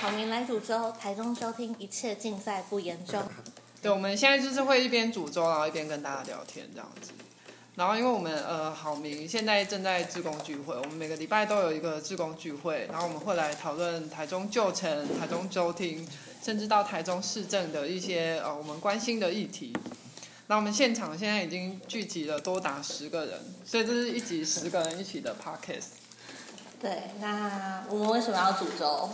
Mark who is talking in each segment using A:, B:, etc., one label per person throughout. A: 好名来煮粥，台中收听一切竞赛不言中。
B: 对，我们现在就是会一边煮粥，然后一边跟大家聊天这样子。然后，因为我们呃好明现在正在志工聚会，我们每个礼拜都有一个志工聚会，然后我们会来讨论台中旧城、台中州厅，甚至到台中市政的一些呃我们关心的议题。那我们现场现在已经聚集了多达十个人，所以这是一集十个人一起的 podcast。
A: 对，那我们为什么要煮粥？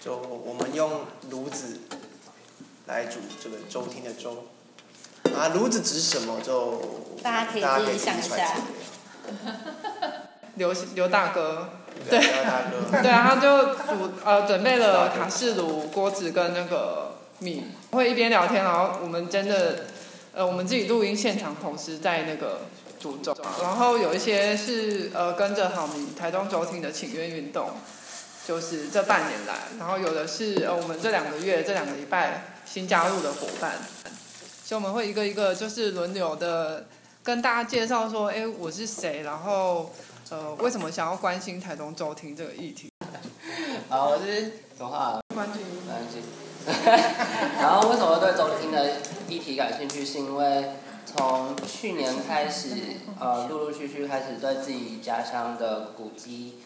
C: 就我们用炉子来煮这个粥厅的粥。啊，炉子指什么？就
A: 大家可以
C: 大家
A: 自
C: 可
A: 己
C: 以自己
A: 想一
C: 揣
A: 下
C: 测
B: 刘刘大哥，
C: 对啊，大 哥，
B: 对啊，他就煮呃准备了卡式炉、锅子跟那个米，会一边聊天，然后我们真的呃我们自己录音现场，同时在那个煮粥，然后有一些是呃跟着好米台中轴厅的请愿运动，就是这半年来，然后有的是呃我们这两个月这两个礼拜新加入的伙伴，所以我们会一个一个就是轮流的跟大家介绍说，哎我是谁，然后。呃，为什么想要关心台中周听这个议题？
D: 好，我是董浩，
B: 关注
D: 没关系。 然后为什么对中厅的议题感兴趣？是因为从去年开始，呃，陆陆续续开始对自己家乡的古迹，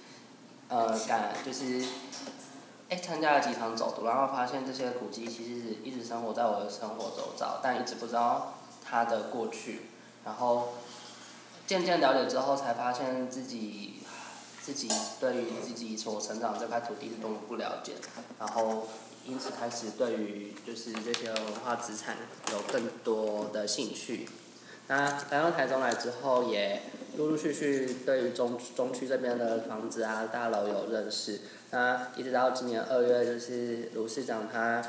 D: 呃，感就是，哎，参加了几场走读，然后发现这些古迹其实一直生活在我的生活周遭，但一直不知道它的过去。然后渐渐了解之后，才发现自己自己对于自己所成长这块土地是多么不了解，然后因此开始对于就是这些文化资产有更多的兴趣。那来到台中来之后，也陆陆续续对于中中区这边的房子啊、大楼有认识。那一直到今年二月，就是卢市长他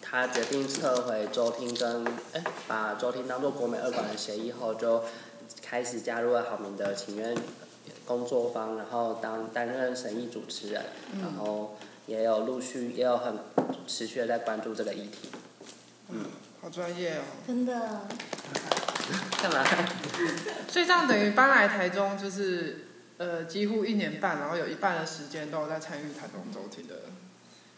D: 他决定撤回周厅跟哎、把周厅当做国美二馆的协议后，就开始加入了好明的请愿工作坊，然后当担任审议主持人，然后也有陆续也有很持续的在关注这个议题。
B: 好专业哦。
A: 真的，
D: 干嘛？
B: 所以这样等于搬来台中就是呃几乎一年半，然后有一半的时间都有在参与台中周听的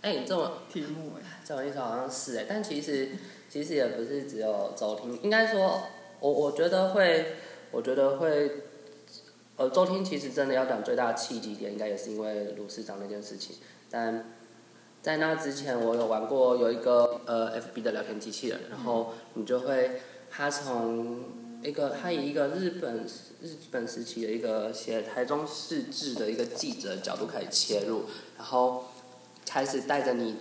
D: 哎、你这么
B: 题目哎。
D: 这种意思好像是哎、但其实其实也不是只有周听，应该说，我我觉得会，我觉得会，呃，周听其实真的要讲最大的契机点，应该也是因为卢市长那件事情。但在那之前，我有玩过有一个呃 FB 的聊天机器人，然后你就会，它从一个它以一个日本日本时期的一个写台中市志的一个记者的角度开始切入，然后开始带着你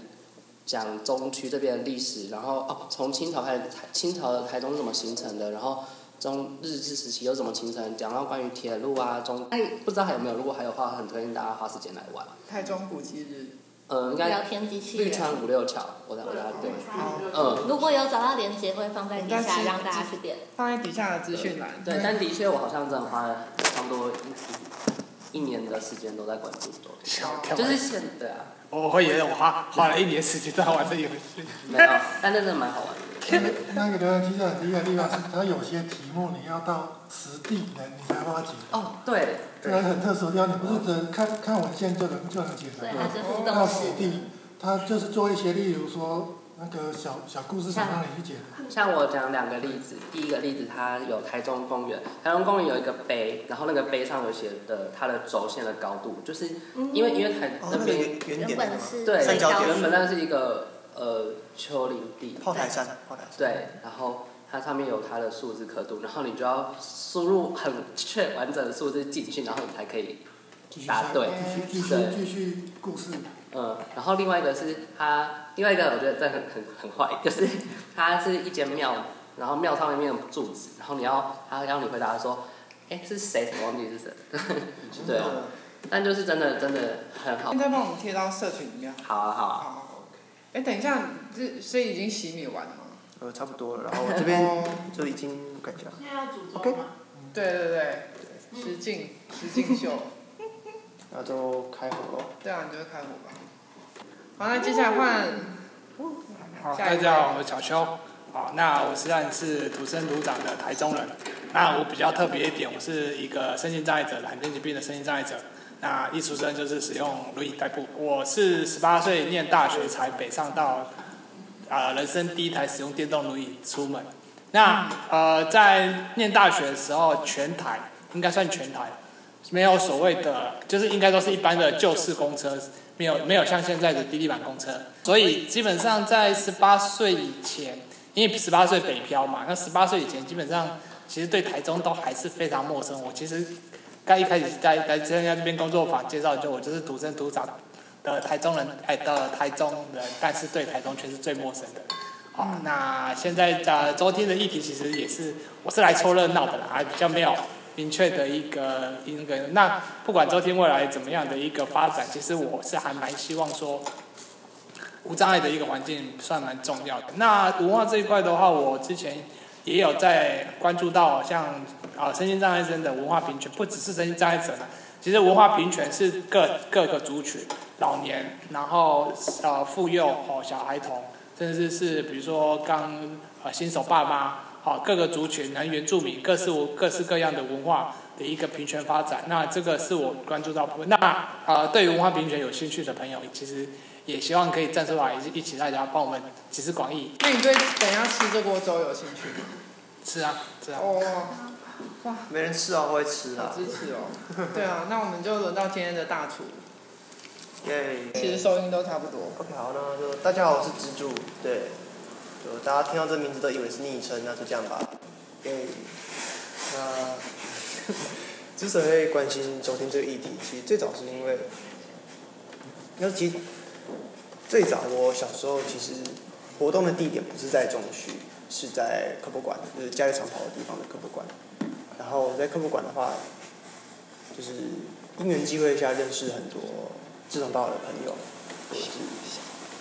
D: 讲中区这边的历史，然后哦，从清朝开始，台清朝的台中是怎么形成的，然后中日治时期又怎么形成，讲到关于铁路啊，中哎不知道还有没有，如果还有的话，很推荐大家花时间来玩。
B: 台中古迹日，
D: 嗯、应
A: 聊
D: 该
A: 天机器
D: 绿
A: 人。
D: 川五六桥，我来我来对，
B: 好，
D: 嗯，
A: 如果有找到链接，会放在底
B: 但
A: 下
B: 是
A: 让大家去点。
B: 放在底下的资讯栏。
D: 嗯对，但的确我好像真的花了差不多一一年的时间都在关注周天，就是现对啊，
E: 哦我会也有花花了一年时间在玩这游戏。
D: 没有，但那真的蛮好玩的。
F: 那个聊天机器人很厉害的地方是，它有些题目你要到实地来你才挖解，
D: 哦，对，
F: 这个很特殊的地方，你不是只能看看文献就能就能解
A: 对，
F: 决，
A: 它是互动
F: 到实
A: 式。
F: 地，它就是做一些，例如说那个小小故事想让你去解的，
D: 像我讲两个例子，第一个例子它有台中公园，台中公园有一个碑，然后那个碑上有写的它的轴线的高度，就是因为因为台
C: 哦，
D: 那
C: 那个
D: 边
C: 原原
A: 嗯原
C: 点的
A: 本
C: 吗？
A: 是
D: 对
A: 最
C: 三角
A: 高
C: 点
D: 原
A: 点
D: 本那是一个呃丘陵地，
C: 炮台山，炮台山。
D: 对，然后它上面有它的数字刻度，然后你就要输入很确完整的数字进去，然后你才可以
F: 继续
D: 答啊对。
F: 继续继续继续故事，
D: 嗯，然后另外一个是它，另外一个我觉得这很很很坏，就是它是一间庙，然后庙上面有柱子，然后你要它要你回答说，哎是谁？我忘记是谁。 对，啊但就是真的真的很好
B: 现，在帮我们贴到社群里面。
D: 好啊好
B: 好
D: 啊，
B: 好，好哎，等一下，这所以已经洗米完了吗？
C: 呃，差不多了。然后我这边
B: 哦，
C: 就已经看一下，
B: 对对对，石敬石敬秀，
C: 那就开火喽。
B: 对啊，你就开火吧。好，那接下来换
E: 好，
B: 下
E: 大
B: 一位
E: 家好，我是小邱。好，那我实际上是土生土长的台中人。那我比较特别一点，我是一个身心障碍者，罕见疾病的身心障碍者。那一出生就是使用轮椅代步。我是十八岁念大学才北上到，啊、人生第一台使用电动轮椅出门。那呃，在念大学的时候，全台应该算全台，没有所谓的，就是应该都是一般的旧式公车，没有没有像现在的滴滴板公车，所以基本上在十八岁以前，因为十八岁北漂嘛，那十八岁以前基本上其实对台中都还是非常陌生。我其实刚一开始在来参加这边工作坊介绍，就我就是土生土长的台中人，哎的台中人，但是对台中却是最陌生的。好，
C: 啊
A: 嗯
E: 那现在呃，周天的议题其实也是，我是来凑热闹的啦，还比较没有明确的一个一个。那不管周天未来怎么样的一个发展，其实我是还蛮希望说，无障碍的一个环境算蛮重要的。那文化这一块的话，我之前也有在关注到像啊、身心障碍生的文化平权，不只是身心障碍者啦，其实文化平权是各各个族群、老年，然后呃妇幼哦小孩童，甚至是比如说刚呃新手爸妈，好、各个族群，南原住民，各式我各式各样的文化的一个平权发展。那这个是我关注到部分。那呃对于文化平权有兴趣的朋友，其实也希望可以站出来一起大家帮我们集思广益。
B: 那你对等一下吃这锅粥有兴趣吗？
E: 是啊，是啊。
B: 哦，
C: 没人吃啊，我会吃
B: 好
C: 啊，
B: 支持哦。 对啊，那我们就轮到今天的大厨，
C: 耶、
B: 其实收音都差不多。
C: OK，好，那就大家好，我是蜘蛛。对，就大家听到这名字都以为是昵称，那就这样吧。因为那之所以会关心昨天这个议题，其实最早是因为，那其实最早我小时候其实活动的地点不是在中区，是在科博馆，就是家里常跑的地方的科博馆。然后在科博馆的话，就是因缘机会下认识很多志同道合的朋友。或者是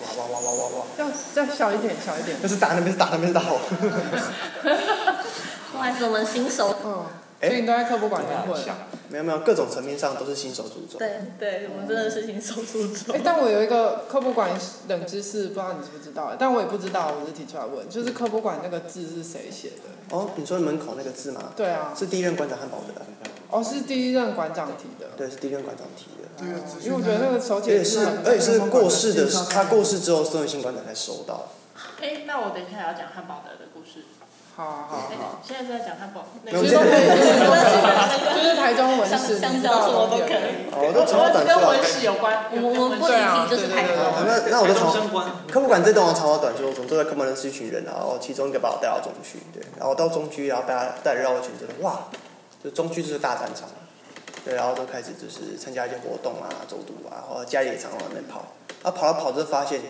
C: 哇哇哇哇哇哇！
B: 要要小一点，小一点。
C: 那是打，那边是打，那边是打我。
A: 不好意思，我们新手，
B: 嗯，
C: 哎
B: 所以你都在科博馆前混。
C: 没有没有，各种层面上都是新手诅咒。
A: 对对，我们真的是新手助手
B: 哎、。但我有一个科博馆冷知识，不知道你知不知道？欸但我也不知道，我是提出来问，就是科博馆那个字是谁写的？
C: 哦，你说门口那个字吗？
B: 对啊，
C: 是第一任馆长汉堡的啊，
B: 哦，是第一任馆长提的。
C: 对，是第一任馆长提的。
F: 这个资
B: 因
F: 讯
B: 为我觉得那个手
C: 而
B: 写
C: 且是
B: 字
C: 而且
B: 很，
C: 是过世的，他过世之后，孙文新馆长才收到。
G: 哎，那我等一下要讲汉堡德的故事。
B: 好好好
G: 哎，现在是在讲汉堡，那
C: 没有
B: 其
G: 个
B: 实都可以， 就是台中文史，
A: 香香
B: 你知道
A: 蕉
B: 吗
A: 什么都可以。
C: 哦，我
G: 我
C: 都超
G: 我
C: 短
G: 是
C: 袖
G: 跟
C: 啊
G: 文。史有关，
A: 我们我们不
B: 对啊
A: 离题就是
B: 对
A: 台
B: 对对
A: 中。
C: 好那那我都
H: 终
C: 长，
H: 身观，
C: 科普馆这栋我长到短袖，总之在科普馆认识一群人，然后其中一个把我带到中区，对，然后到中区，然后大家带绕一圈，觉得哇，就中区就是大战场，对，然后就开始就是参加一些活动啊、走读啊，然后家里也常往那边跑，啊，跑着跑着发现，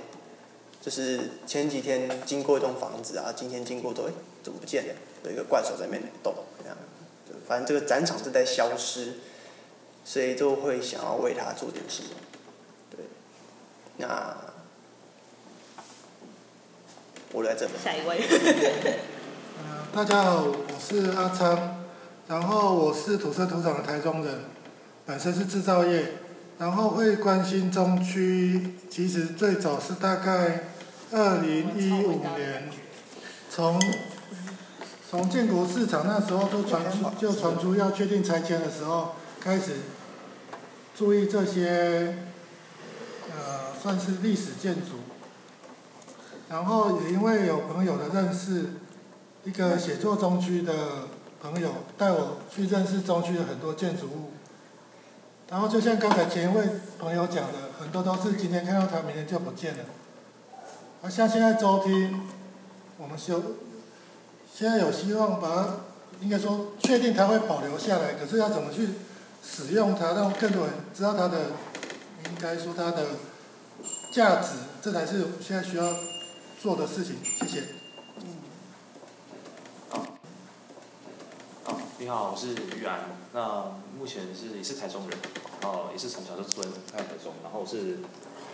C: 就是前几天经过一栋房子啊，今天经过都哎、怎么不见了？有一个怪手在那边动，这样，就反正这个展场正在消失，所以就会想要为他做点事情，对，那我来这边，
A: 下一 位，
F: 呃，大家好，我是阿昌，然后我是土生土长的台中人，本身是制造业，然后会关心中区，其实最早是大概二零一五年，从从建国市场那时候就传出就传出要确定拆迁的时候，开始注意这些，呃，算是历史建筑，然后也因为有朋友的认识。一个写作中区的朋友带我去认识中区的很多建筑物，然后就像刚才前一位朋友讲的，很多都是今天看到它，明天就不见了。而像现在周厅，我们修现在有希望把它，应该说确定它会保留下来，可是要怎么去使用它，让更多人知道它的，应该说它的价值，这才是现在需要做的事情。谢谢。
H: 好，你好，我是玉安，那目前是也是台中人，然后也是从小就住在台中，然后我是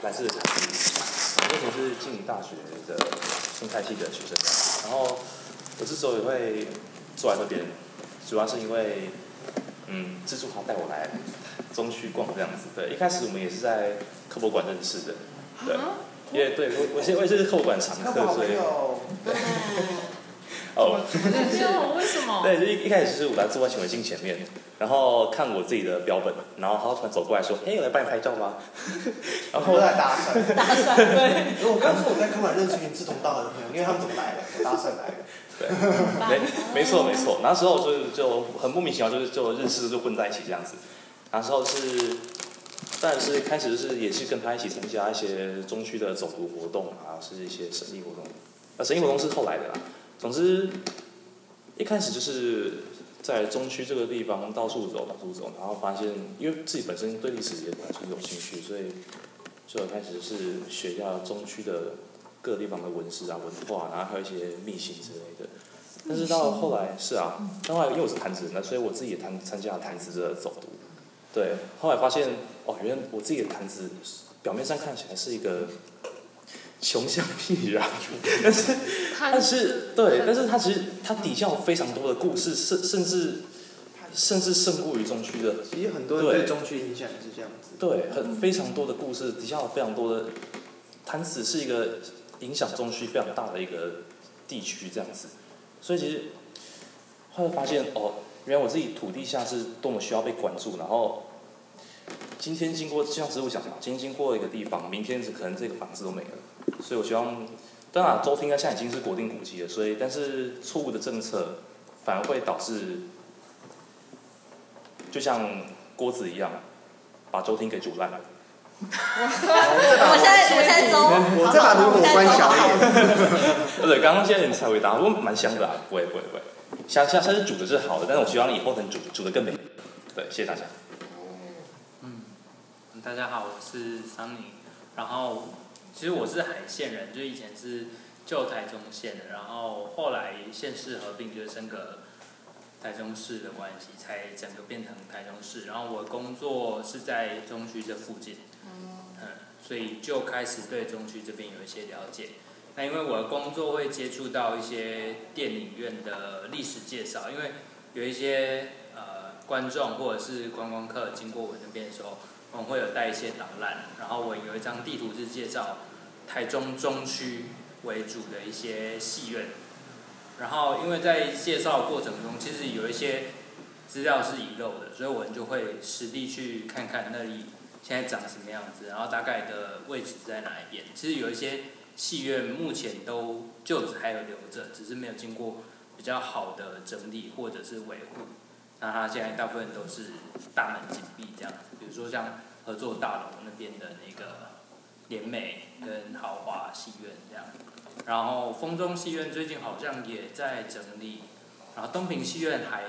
H: 来自台中，我目前是静宜大学的生态系的学生，然后我之所以会坐在这边，主要是因为嗯，自助好带我来中区逛这样子，对，一开始我们也是在科博馆认识的，
A: 啊
C: 啊
H: 哦对，因为对我我是我也是科博馆常客，所以。
C: 友。
H: 啊，哦，
G: 没有，为什
C: 哦
G: 么？
H: 对，就一一开始是我来坐在显微镜前面，然后看我自己的标本，然后他突然走过来说：“嘿，我来帮你拍照吗？” 然后
C: 都在搭讪。
A: 打算
C: 我刚说我在看完认识一群志同道合的朋友，因为他们怎么来的？搭讪来的。
H: 没没错没错，那时候就是就很莫名其妙，就是就认识就混在一起这样子。那时候是，但是开始就是也是跟他一起参加一些中区的走读活动啊，是一些审议活动。那审议活动是后来的啦。总之，一开始就是在中区这个地方到处走到处走，然后发现因为自己本身对历史也本来就是有兴趣，所以就开始是学一下中区的各地方的文史啊、文化，然后还有一些秘辛之类的。但是到后来是啊，到后来因为我是弹指人那所以我自己也参参加了弹指的走读。对，后来发现哦，原来我自己的弹指表面上看起来是一个穷乡僻壤，但是但是对，但是它其实它底下有非常多的故事，甚甚至甚至胜过于中区的
C: 其实很多人对中区影响是这样子。
H: 对，很非常多的故事，底下有非常多的弹子是一个影响中区非常大的一个地区这样子，所以其实后来发现哦，原来我自己土地下是多么需要被关注，然后今天经过就像植物讲嘛，今天经过一个地方，明天可能这个房子都没了，所以我希望，当然周厅它现在已经是国定古迹了，所以但是错误的政策反而会导致，就像锅子一样。把周厅给煮烂了。
C: 哦
A: 我现在我现在走，
C: 我再把炉火关小一点。
H: 呃对，刚刚现在你才回答，我蛮香的啊，不会不会不会，下下下次煮的是好的，但是我希望以后能煮煮的更美。对，谢谢大家。
I: 嗯大家好，我是桑尼。然后其实我是海线人，就以前是旧台中县的，然后后来县市合并，就是整个台中市的关系，才整个变成台中市。然后我工作是在中区这附近，嗯，所以就开始对中区这边有一些了解。那因为我的工作会接触到一些电影院的历史介绍，因为有一些呃观众或者是观光客经过我那边的时候，我们会有带一些导览，然后我有一张地图是介绍台中中区为主的一些戏院，然后因为在介绍的过程中，其实有一些资料是遗漏的，所以我们就会实地去看看那里现在长什么样子，然后大概的位置在哪一边。其实有一些戏院目前都旧址还有留着，只是没有经过比较好的整理或者是维护。那它现在大部分都是大门紧闭这样子，比如说像合作大楼那边的那个联美跟豪华戏院这样，然后风中戏院最近好像也在整理，然后东平戏院还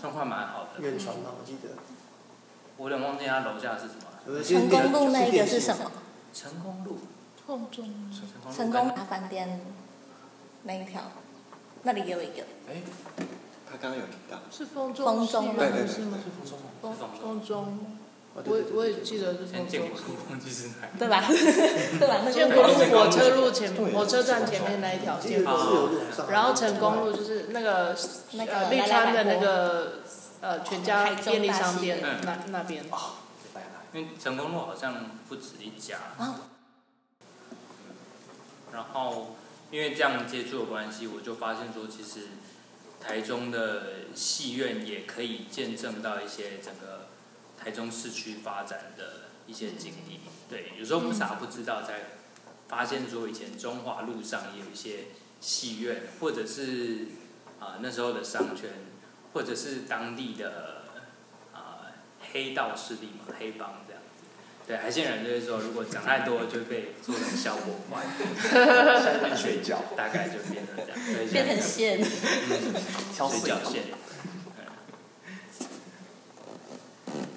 I: 状况蛮好的，
C: 远传嘛，我记得。
I: 我有点忘记它楼下是什么了，
C: 有一些
A: 成功路那一个是什
C: 电
A: 么？
I: 成功路，
A: 空中
I: 成功路
A: 成功茶饭店那一条，那里也有一个
C: 哎他刚刚有提到。
G: 是风中
A: 风中
G: 戏
A: 吗
G: 吗？
C: 对对对
G: 是吗？风
I: 风中
G: 风中，
C: 哦
G: 我
C: 对对
G: 我也记得是
I: 先
G: 风
I: 建国
G: 中。
I: 路
E: 嗯
I: 忘记是哪里，
A: 对 吧？ 对吧？那
G: 建
A: 个
G: 国
A: 路
G: 路火车路前火车站前面那一条建
C: 记得是
G: 国路，
C: 有路上。
G: 然后成功路就是那个
A: 那个
G: 呃利川的那个呃全家便利商店
I: 台中大
G: 那那边。
I: 因为成功路好像不止一家，
A: 啊，
I: 然后因为这样接触的关系，我就发现说，其实台中的戏院也可以见证到一些整个台中市区发展的一些经历。对，有时候不傻不知道，才发现说以前中华路上也有一些戏院，或者是啊、那时候的商圈，或者是当地的啊、黑道势力嘛，黑帮这样子。对，海鲜人就是说，如果讲太多就会被做成消火块。
H: 下面水饺，
I: 大概就变成这样，所以现
A: 变
I: 在
A: 成线，
I: 挑水饺线。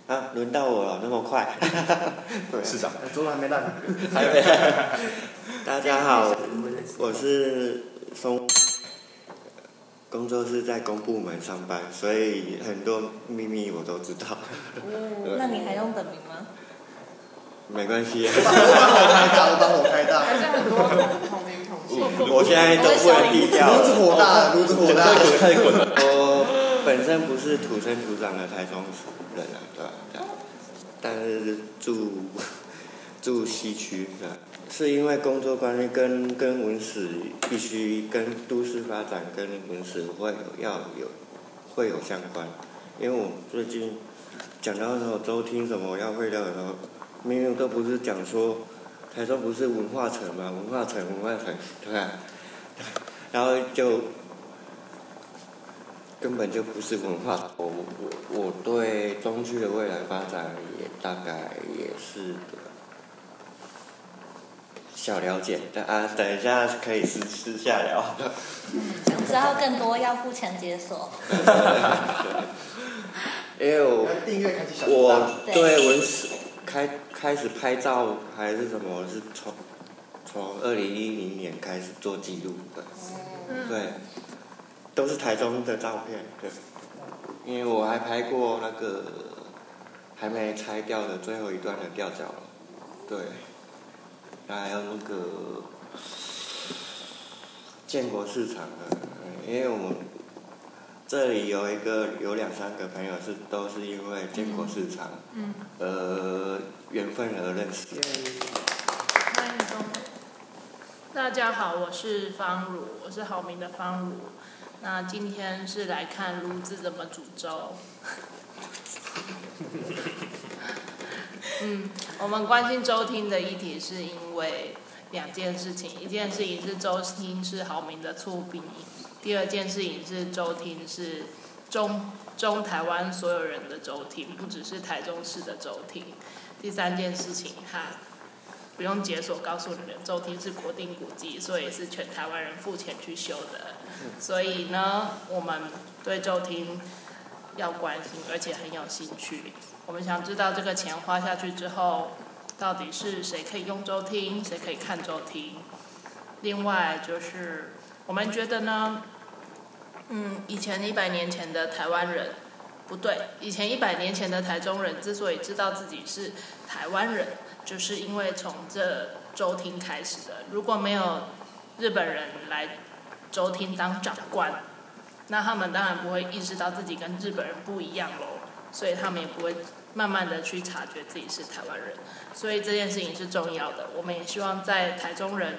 J: 啊，轮到我了，那么 快。啊
C: 对，
H: 市长，
C: 呃昨晚还没烂。
J: 大家好，我是松，工作是在公部门上班，所以很多秘密我都知道，
C: 哦
A: 那你还用本名吗？
J: 没关 系、
C: 开大了，帮我开大。
G: 还是很多同同名同姓。
J: 我现在都不能低调
C: 炉子
J: 了。
C: 火大，炉子火大。
H: 太滚了。
J: 我本身不是土生土长的台中人啊，对吧、但是住住西区的，是因为工作关系跟跟文史必须跟都市发展跟文史会有要有会有相关，因为我最近讲到什么周听什么要会料的时候，明明都不是讲说台中不是文化城嘛，文化城文化城，对吧、
C: 啊
J: 然后就根本就不是文化。我我我对中区的未来发展也大概也是个小了解，但啊，等一下可以私私下聊。
A: 想知道更多要付钱解锁。
J: 因为我
C: 那订阅开启小铃铛
J: 哎我对文史开开始拍照还是什么，是从从二零一零年开始做记录的，对，都是台中的照片，对，因为我还拍过那个还没拆掉的最后一段的吊脚楼，对，还有那个建国市场的，因为我们这里有一个有两三个朋友是都是因为建国市场，
G: 嗯
J: 呃，缘分而认识。
G: 欢迎中。大家好，我是方如，我是好名的方如。那今天是来看炉子怎么煮粥。嗯，我们关心周听的议题是因为两件事情，一件事情是周听是好名的醋饼，第二件事情是周听是中中台湾所有人的周听，不只是台中市的周听。第三件事情，哈，不用解锁告诉你们，周庭是国定古迹，所以是全台湾人付钱去修的。所以呢，我们对周庭要关心，而且很有兴趣。我们想知道这个钱花下去之后，到底是谁可以用周听，谁可以看周听。另外就是，我们觉得呢，嗯，以前一百年前的台湾人，不对，以前一百年前的台中人之所以知道自己是台湾人，就是因为从这周厅开始的。如果没有日本人来周厅当长官，那他们当然不会意识到自己跟日本人不一样喽，所以他们也不会慢慢的去察觉自己是台湾人。所以这件事情是重要的。我们也希望在台中人。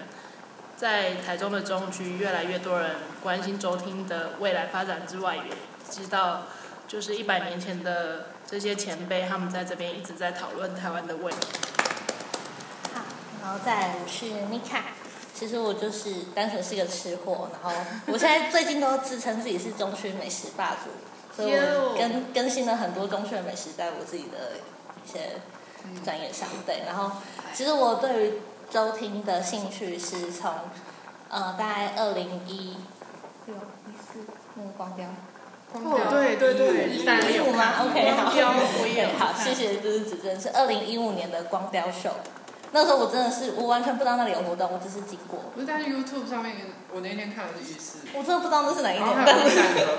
G: 在台中的中区，越来越多人关心周厅的未来发展之外，也知道就是一百年前的这些前辈，他们在这边一直在讨论台湾的问题。
A: 嗯好，然后再来我是 Nika，其实我就是单纯是个吃货，然后我现在最近都自称自己是中区美食霸主，所以我
G: Yo
A: 更更新了很多中区的美食，在我自己的一些专业上。对，然后其实我对于周听的兴趣是从呃大概二零一六一四那个光标。
G: 哦对对对
A: 一
G: 一三
A: 五
G: 有
A: 吗
G: 看
A: ？OK，好，
G: 光标我也有
A: 好，
G: 看
A: 谢谢，就是指正是二零一五年的光标秀。那时候我真的是，我完全不知道那里有活动，我只是经过，
B: 不是在 YouTube 上面，我那天看的是浴室，
A: 我真的不知道那是哪一
B: 然后
A: 年。
B: 还
A: 但
B: 有
A: 是
B: 三个，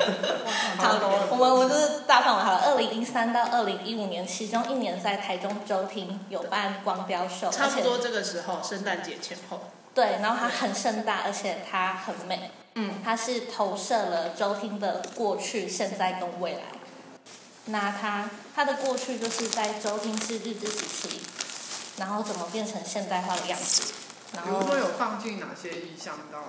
A: 好
B: 好多了，
A: 我们我就是大范围好了，二零一三到二零一五年，其中一年在台中州厅有办光标秀，
G: 差
A: 而
G: 不
A: 且
G: 多这个时候，圣诞节前后。
A: 对，然后它很盛大，而且它很美，
G: 嗯，
A: 它是投射了周听的过去、现在跟未来。那它它的过去就是在周听是日治时期，然后怎么变成现代化的样子，然
B: 比
A: 后
B: 如说有放进哪些意象到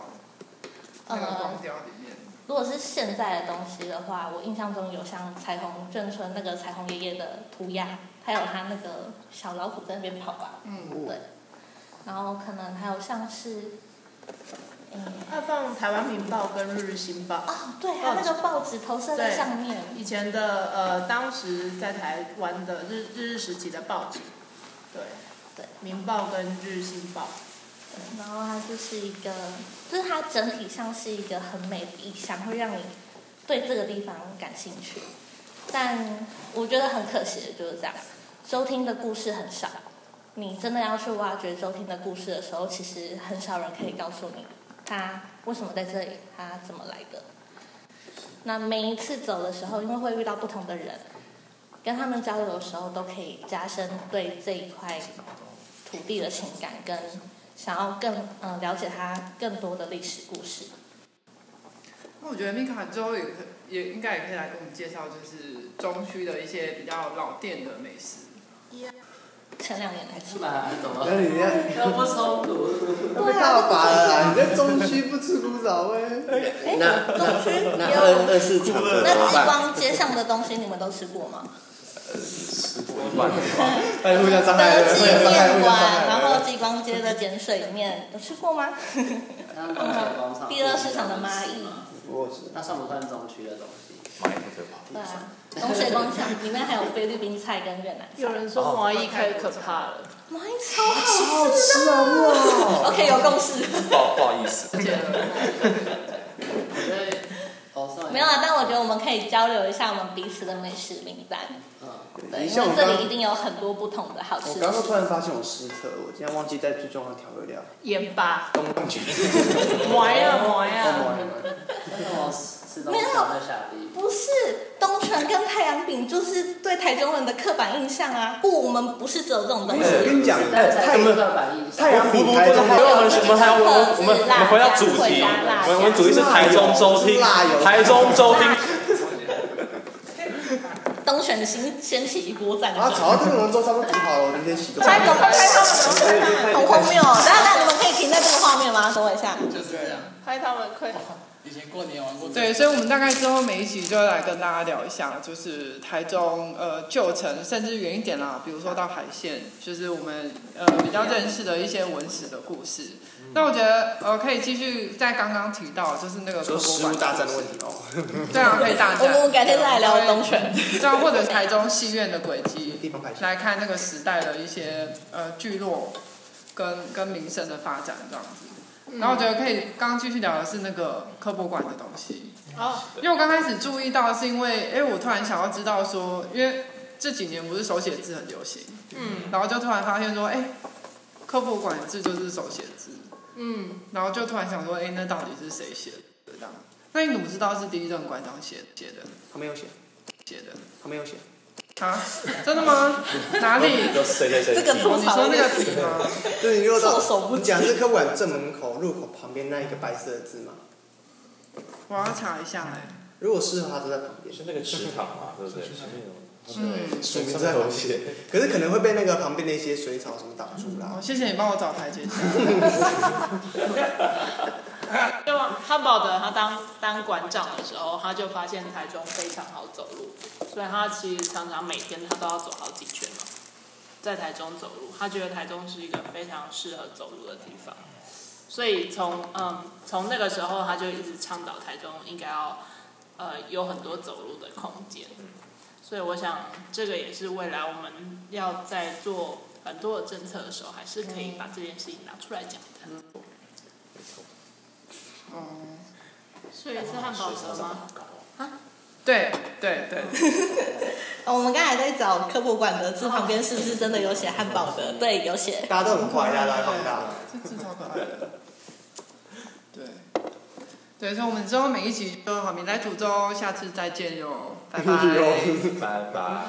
B: 那个光雕里面？
A: 如果是现在的东西的话，我印象中有像彩虹眷村那个彩虹爷爷的涂鸦，还有他那个小老虎在那边跑吧，
B: 嗯，
A: 对。然后可能还有像是，嗯，
G: 他放台湾民报跟日日新报。
A: 哦，对，他那个报纸投射在上面，
G: 以前的呃，当时在台湾的日日日时期的报纸，对，
A: 对，
G: 民报跟日新报，
A: 对然后它就是一个，就是它整体上是一个很美的意象，会让你对这个地方感兴趣。但我觉得很可惜的就是这样，周听的故事很少。你真的要去挖掘周听的故事的时候，其实很少人可以告诉你他为什么在这里，他怎么来的。那每一次走的时候，因为会遇到不同的人，跟他们交流的时候，都可以加深对这一块土地的情感跟想要更嗯、呃了解它更多的历史故事。
B: 那我觉得米卡之后也可也应该也可以来给我们介绍，就是中区的一些比较老店的美食。
A: 前两年才出
D: 是。吧？怎么
C: 那你这样
D: 那 不冲 突？
C: 被大
A: 啊
C: 罚了啦！你在中区不吃古早味，
A: 哎，
J: 那
A: 东区
J: 那
A: 也
J: 二
A: 有。
J: 二市场的
A: 那
J: 怎么
A: 之
J: 办？
A: 光街上的东西你们都吃过吗？
C: 哎，互相伤害，
A: 德记
C: 互相伤害，
A: 面
C: 互相伤
A: 馆，
C: 害。
A: 然后极光街的碱水面，有吃过吗？
D: 那东山广场
A: 嗯第二市场的蚂蚁
C: 我是
D: 那算不算中区的东西？
H: 蚂蚁不可怕。
A: 对啊，东水广场里面还有菲律宾菜跟越南菜，
G: 有人说蚂蚁太可怕了，
A: 蚂蚁超好
C: 好
A: 吃哦
C: 吃啊！
A: 的。
C: 哇，
A: OK，有共识。
H: 不好不好意思，
G: 而且
D: 所以哦，算
A: 没有啊，但我觉得我们可以交流一下我们彼此的美食名单，
D: 嗯，
A: 对，因
C: 像
A: 为
C: 我
A: 这里
C: 刚
A: 一定有很多不同的好
C: 我
A: 吃
C: 刚
A: 的
C: 刚。突然发现我失策，我竟然忘记带最重要的调味料
G: 盐巴
C: ——东东卷。
G: 麻啊麻
C: 哦
G: 啊，
D: 为什么吃东
A: 没
D: 西
A: 有
D: 在下地？
A: 不是东泉跟太阳饼，就是对台中人的刻板印象啊！不，我们不是只有这种东
C: 没
A: 西。
C: 有我跟你讲，
D: 但在
C: 太
D: 这
C: 阳
D: 个反应
C: 太阳饼
H: 台
C: 台
H: 中
C: 中
H: 没有我们
A: 自己
H: 我们还我们我们
A: 特制辣
H: 我们回到主
A: 酱
H: 题，
A: 会加辣
H: 我们我们主题是
A: 酱
H: 台中州厅
C: 辣油，
H: 台中州厅
A: 东泉先先起一锅战
C: 啊，
A: 争。
C: 炒到这个文绉差不多煮好了，我们先洗个
A: 台
C: 澡。
A: 中台中，好荒谬哦！等一下，等一下，你们可以停在这个画面吗？等我一下。
E: 就是这样。
G: 拍他们快，
E: 以前过年玩过。
B: 对，所以，我们大概之后每一集就来跟大家聊一下，就是台中呃旧城，甚至远一点啦，比如说到海线，就是我们呃比较认识的一些文史的故事。
C: 嗯
B: 那我觉得呃可以继续在刚刚提到，就是那个
C: 说食物大战的问
B: 题，
C: 题哦，
B: 对啊，可以大
A: 我们我
B: 战，
A: 们改天再来聊东泉。
B: 对啊，或者台中戏院的轨迹，
C: 地方排序。
B: 来看那个时代的一些呃聚落跟跟民生的发展这样子。嗯然后我觉得可以，刚刚继续聊的是那个科博馆的东西，
G: 哦，
B: 因为我刚开始注意到是因为，哎，我突然想要知道说，因为这几年不是手写字很流行，
G: 嗯
B: 然后就突然发现说，哎，科博馆字就是手写字，
G: 嗯，
B: 然后就突然想说，哎，那到底是谁写的？这样，那你怎么知道是第一任馆长写写的
C: 他没有写，
B: 写的
C: 他没有写。
B: 啊？真的 吗？哪里？
H: 有谁谁谁？
A: 这个
B: 哦，
A: 吐
B: 你
A: 槽
B: 说
A: 有
B: 那
A: 点
B: 个题吗？
C: 对，你如果
A: 措手
C: 到
A: 不
C: 你讲是科馆正门口入口旁边那一个白色的字嘛，
B: 我要查一下哎、
C: 如果是的话，就在旁边。
H: 是那个池塘嘛，对不对？是那种
B: 嗯，
C: 水瓶在旁边，可是可能会被那个旁边的一些水草什么挡住啦
B: 好，。谢谢你帮我找台阶下。
G: 就汉堡的他当当馆长的时候，他就发现台中非常好走路，所以他其实常常每天他都要走好几圈嘛，在台中走路，他觉得台中是一个非常适合走路的地方，所以从嗯从那个时候他就一直倡导台中应该要呃有很多走路的空间，所以我想这个也是未来我们要在做很多的政策的时候，还是可以把这件事情拿出来讲的。
B: 嗯，
G: 哦所以是汉堡蛇吗？啊
B: 对对对，
A: 哦我们刚才在找科博馆的字旁边是不是真的有写汉堡的？对，有写。
C: 大家都很快，啊大家都在放大。
B: 这字超可爱的。对，对，所以我们之后 每一集都好，明在途中，下次再见哟，拜拜。
H: 拜拜。